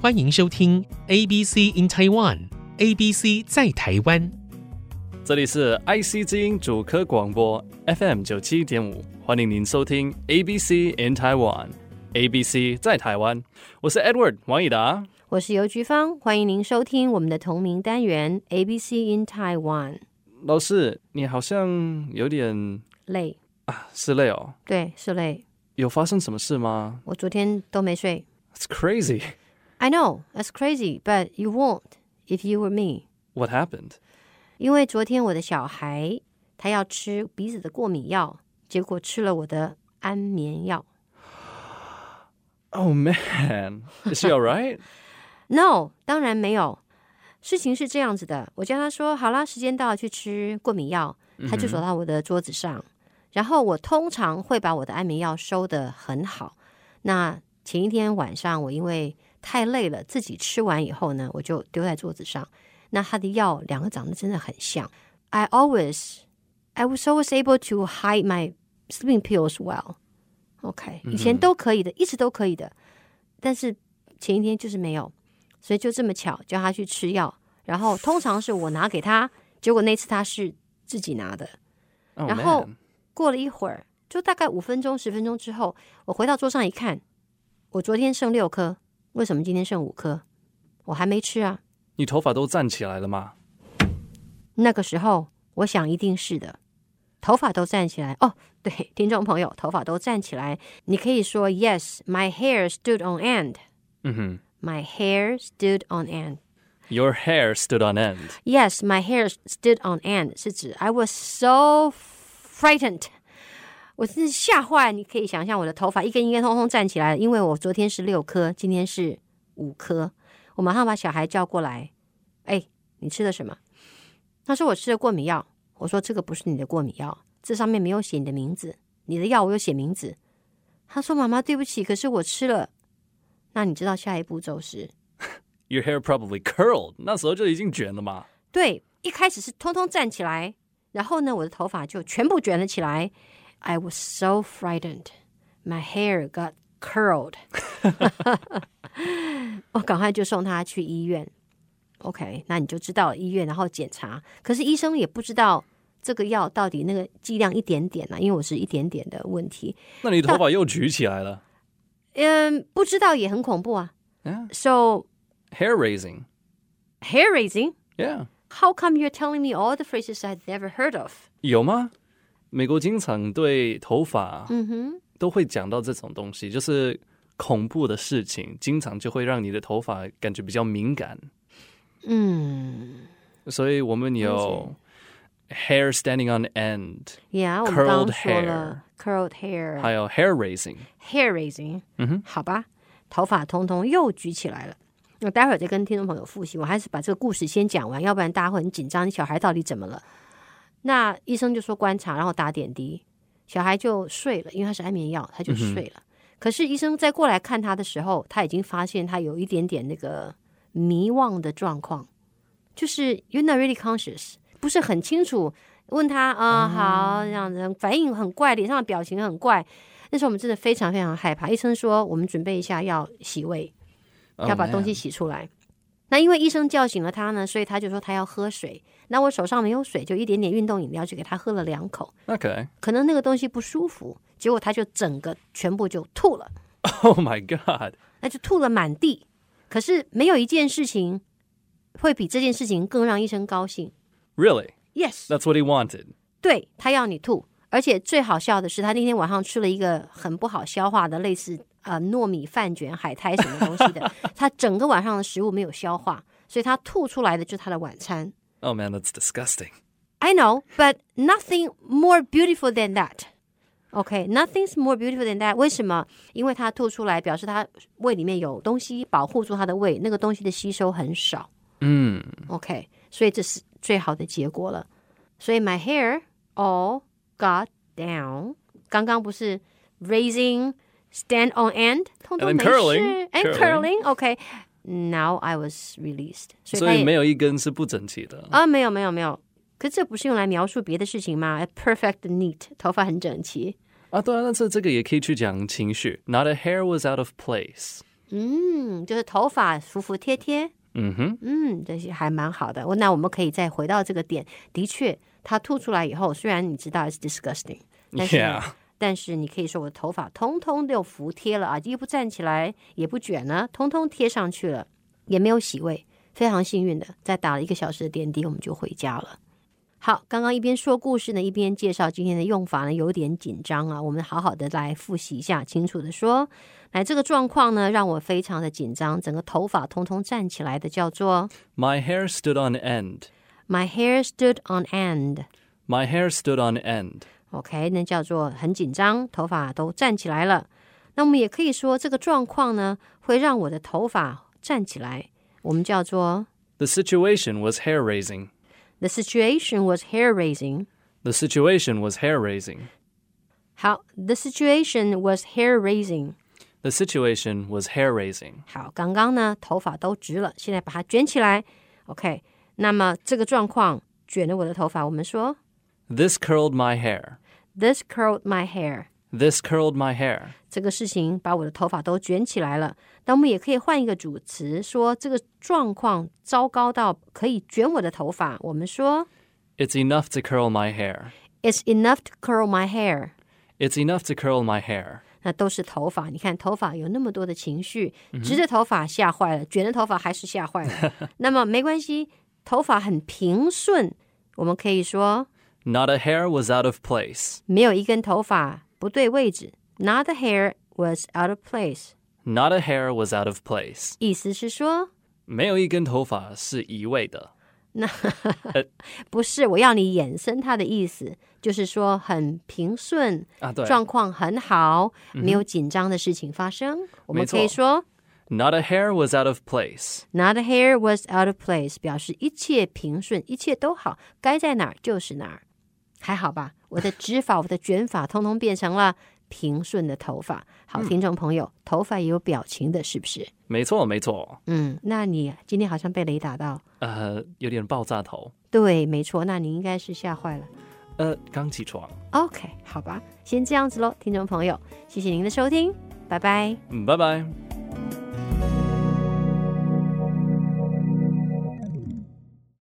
欢迎收听 ABC in Taiwan ABC 在台湾。这里是 IC 之音主科广播 FM 九七点五，欢迎您收听 ABC in Taiwan。ABC 在台湾，我是 Edward 王以达。我是尤菊芳，欢迎您收听我们的同名单元 ABC in Taiwan。老师，你好像有点累，啊是累哦，对，是累。有发生什么事吗我昨天都没睡。 ？It's crazy. I know that's crazy, but you won't if you were me。 What happened? 因为昨天我的小孩他要吃鼻子的过敏药，结果吃了我的安眠药。 Oh man, is she all right? No，当然没有。事情是这样子的，我叫他说好啦，时间到了去吃过敏药，他就走到我的桌子上。然后我通常会把我的安眠药收的很好。那前一天晚上我因为太累了，自己吃完以后呢，我就丢在桌子上。那他的药两个长得真的很像。I always, I was always able to hide my sleeping pills well. OK，以前都可以的，一直都可以的，但是前一天就是没有。所以就这么巧叫他去吃药，然后通常是我拿给他，结果那次他是自己拿的。 Oh 然后 man, 过了一会儿，就大概五分钟、十分钟之后，我回到桌上一看，我昨天剩六颗，为什么今天剩五颗？我还没吃啊。你头发都站起来了吗？那个时候，我想一定是的，头发都站起来。哦， 对，听众朋友，头发都站起来，你可以说 Yes, my hair stood on end. 嗯哼 My hair stood on end. ，Your hair stood on end. Yes, my hair stood on end 是指 I was so frightened，我真是吓坏。你可以想象我的头发一根一根通通站起来了，因为我昨天是六颗，今天是五颗。我马上把小孩叫过来，哎，你吃的什么？他说我吃的过敏药。我说这个不是你的过敏药，这上面没有写你的名字，你的药我有写名字。他说妈妈对不起，可是我吃了。那你知道下一步骤是？ Your hair probably curled. 那时候就已经卷了嘛。对，一开始是通通站起来，然后呢，我的头发就全部卷了起来。I was so frightened, my hair got curled 。我赶快就送他去医院。OK，那你就知道了医院，然后检查。可是医生也不知道这个药到底那个剂量一点点啊，因为我是一点点的问题。那你头发又举起来了。嗯，不知道也很恐怖啊。 Yeah, So hair raising. hair raising, Yeah. how come you're telling me all the phrases I've never heard of？有吗？美国经常对头发嗯哼。都会讲到这种东西，就是恐怖的事情，经常就会让你的头发感觉比较敏感。嗯所以我们有 hair standing on end， ，Yeah，我们 Curled 刚刚说了 curled hair，还有 hair raising。 hair raising，嗯哼，好吧，头发通通又举起来了。那待会儿再跟听众朋友复习，我还是把这个故事先讲完，要不然大家会很紧张，你小孩到底怎么了？那医生就说观察，然后打点滴，小孩就睡了，因为他是安眠药，他嗯就睡了。可是医生再过来看他的时候，他已经发现他有一点点那个迷惘的状况，就是 you're not really conscious，不是很清楚。问他哦啊、好这样子，反应很怪，脸上的表情很怪，那时候我们真的非常非常害怕。医生说我们准备一下要洗胃， Oh, 要把东 man 西洗出来。那因为医生叫醒了他呢，所以他就说他要喝水。那我手上没有水，就一点点运动饮料就给他喝了两口， Okay. 可能那个东西不舒服，结果他就整个全部就吐了， Oh my god. 那就吐了满地。可是没有一件事情会比这件事情更让医生高兴。 Really? Yes， That's what he wanted. 对他要你吐，而且最好笑的是，他那天晚上吃了一个很不好消化的，类似呃糯米饭卷、海苔什么东西的，他整个晚上的食物没有消化，所以他吐出来的就是他的晚餐。 Oh man, that's disgusting. I know, but nothing more beautiful than that. OK, nothing's more beautiful than that. 为什么？因为他吐出来，表示他胃里面有东西保护住他的胃，那个东西的吸收很少。嗯 OK，所以这是最好的结果了。所以 my hair all got down。刚刚不是 raising stand on end，通通 And then 没事 curling, and curling. curling。OK。Now I was released，所以所他以也没有一根是不整齐的。啊，没有没有没有，可这不是用来描述别的事情吗？Perfect neat，头发很整齐。啊，对啊，那这这个也可以去讲情绪。Not a hair was out of place. 嗯，就是头发服服帖帖，嗯哼，嗯，这些还蛮好的。我那我们可以再回到这个点，的确，它吐出来以后，虽然你知道 is disgusting，但是 Yeah 但是你可以说我的头发通通都服帖了啊，既不站起来，也不卷呢，通通贴上去了，也没有洗胃，非常幸运的，再打了一个小时的点滴，我们就回家了。好，刚刚一边说故事呢，一边介绍今天的用法呢，有点紧张啊。我们好好的来复习一下，清楚的说。来，这个状况呢，让我非常的紧张，整个头发通通站起来的，叫做 My hair stood on end. my hair stood on end。 My hair stood on end. OK，那叫做很紧张，头发都站起来了。那我们也可以说，这个状况呢，会让我的头发站起来，我们叫做 The situation was hair raising. the situation was hair raising。 The situation was hair raising. 好，the situation was hair raising。 The situation was hair raising. 好，刚刚呢头发都直了，现在把它卷起来。OK，那么这个状况卷了我的头发，我们说 This curled my hair. this curled my hair。 This curled my hair. 这个事情把我的头发都卷起来了。那我们也可以换一个主词，说这个状况糟糕到可以卷我的头发。我们说 It's enough to curl my hair. it's enough to curl my hair。 It's enough to curl my hair. 那都是头发，你看头发有那么多的情绪，直着头发吓坏了，卷着头发还是吓坏了。那么没关系，头发很平顺，我们可以说 Not a hair was out of place. 没有一根头发不对位置。Not a hair was out of place， Not a hair was out of place. 意思是说，没有一根头发是移位的。那 不是我要你衍生它的意思，就是说很平顺，啊，对。状况很好，没有紧张的事情发生。我们可以说 Not a hair was out of place. ，Not a hair was out of place，表示一切平顺，一切都好，该在哪儿就是哪儿，还好吧？我的直发，我的卷发，通通变成了平顺的头发。好，听众朋友，头发也有表情的，是不是？没错，没错。呃，有点爆炸头。嗯，那你今天好像被雷打到，对，没错，那你应该是吓坏了。呃，刚起床。拜拜。嗯 OK，好吧，先这样子喽，听众朋友，谢谢您的收听，拜拜。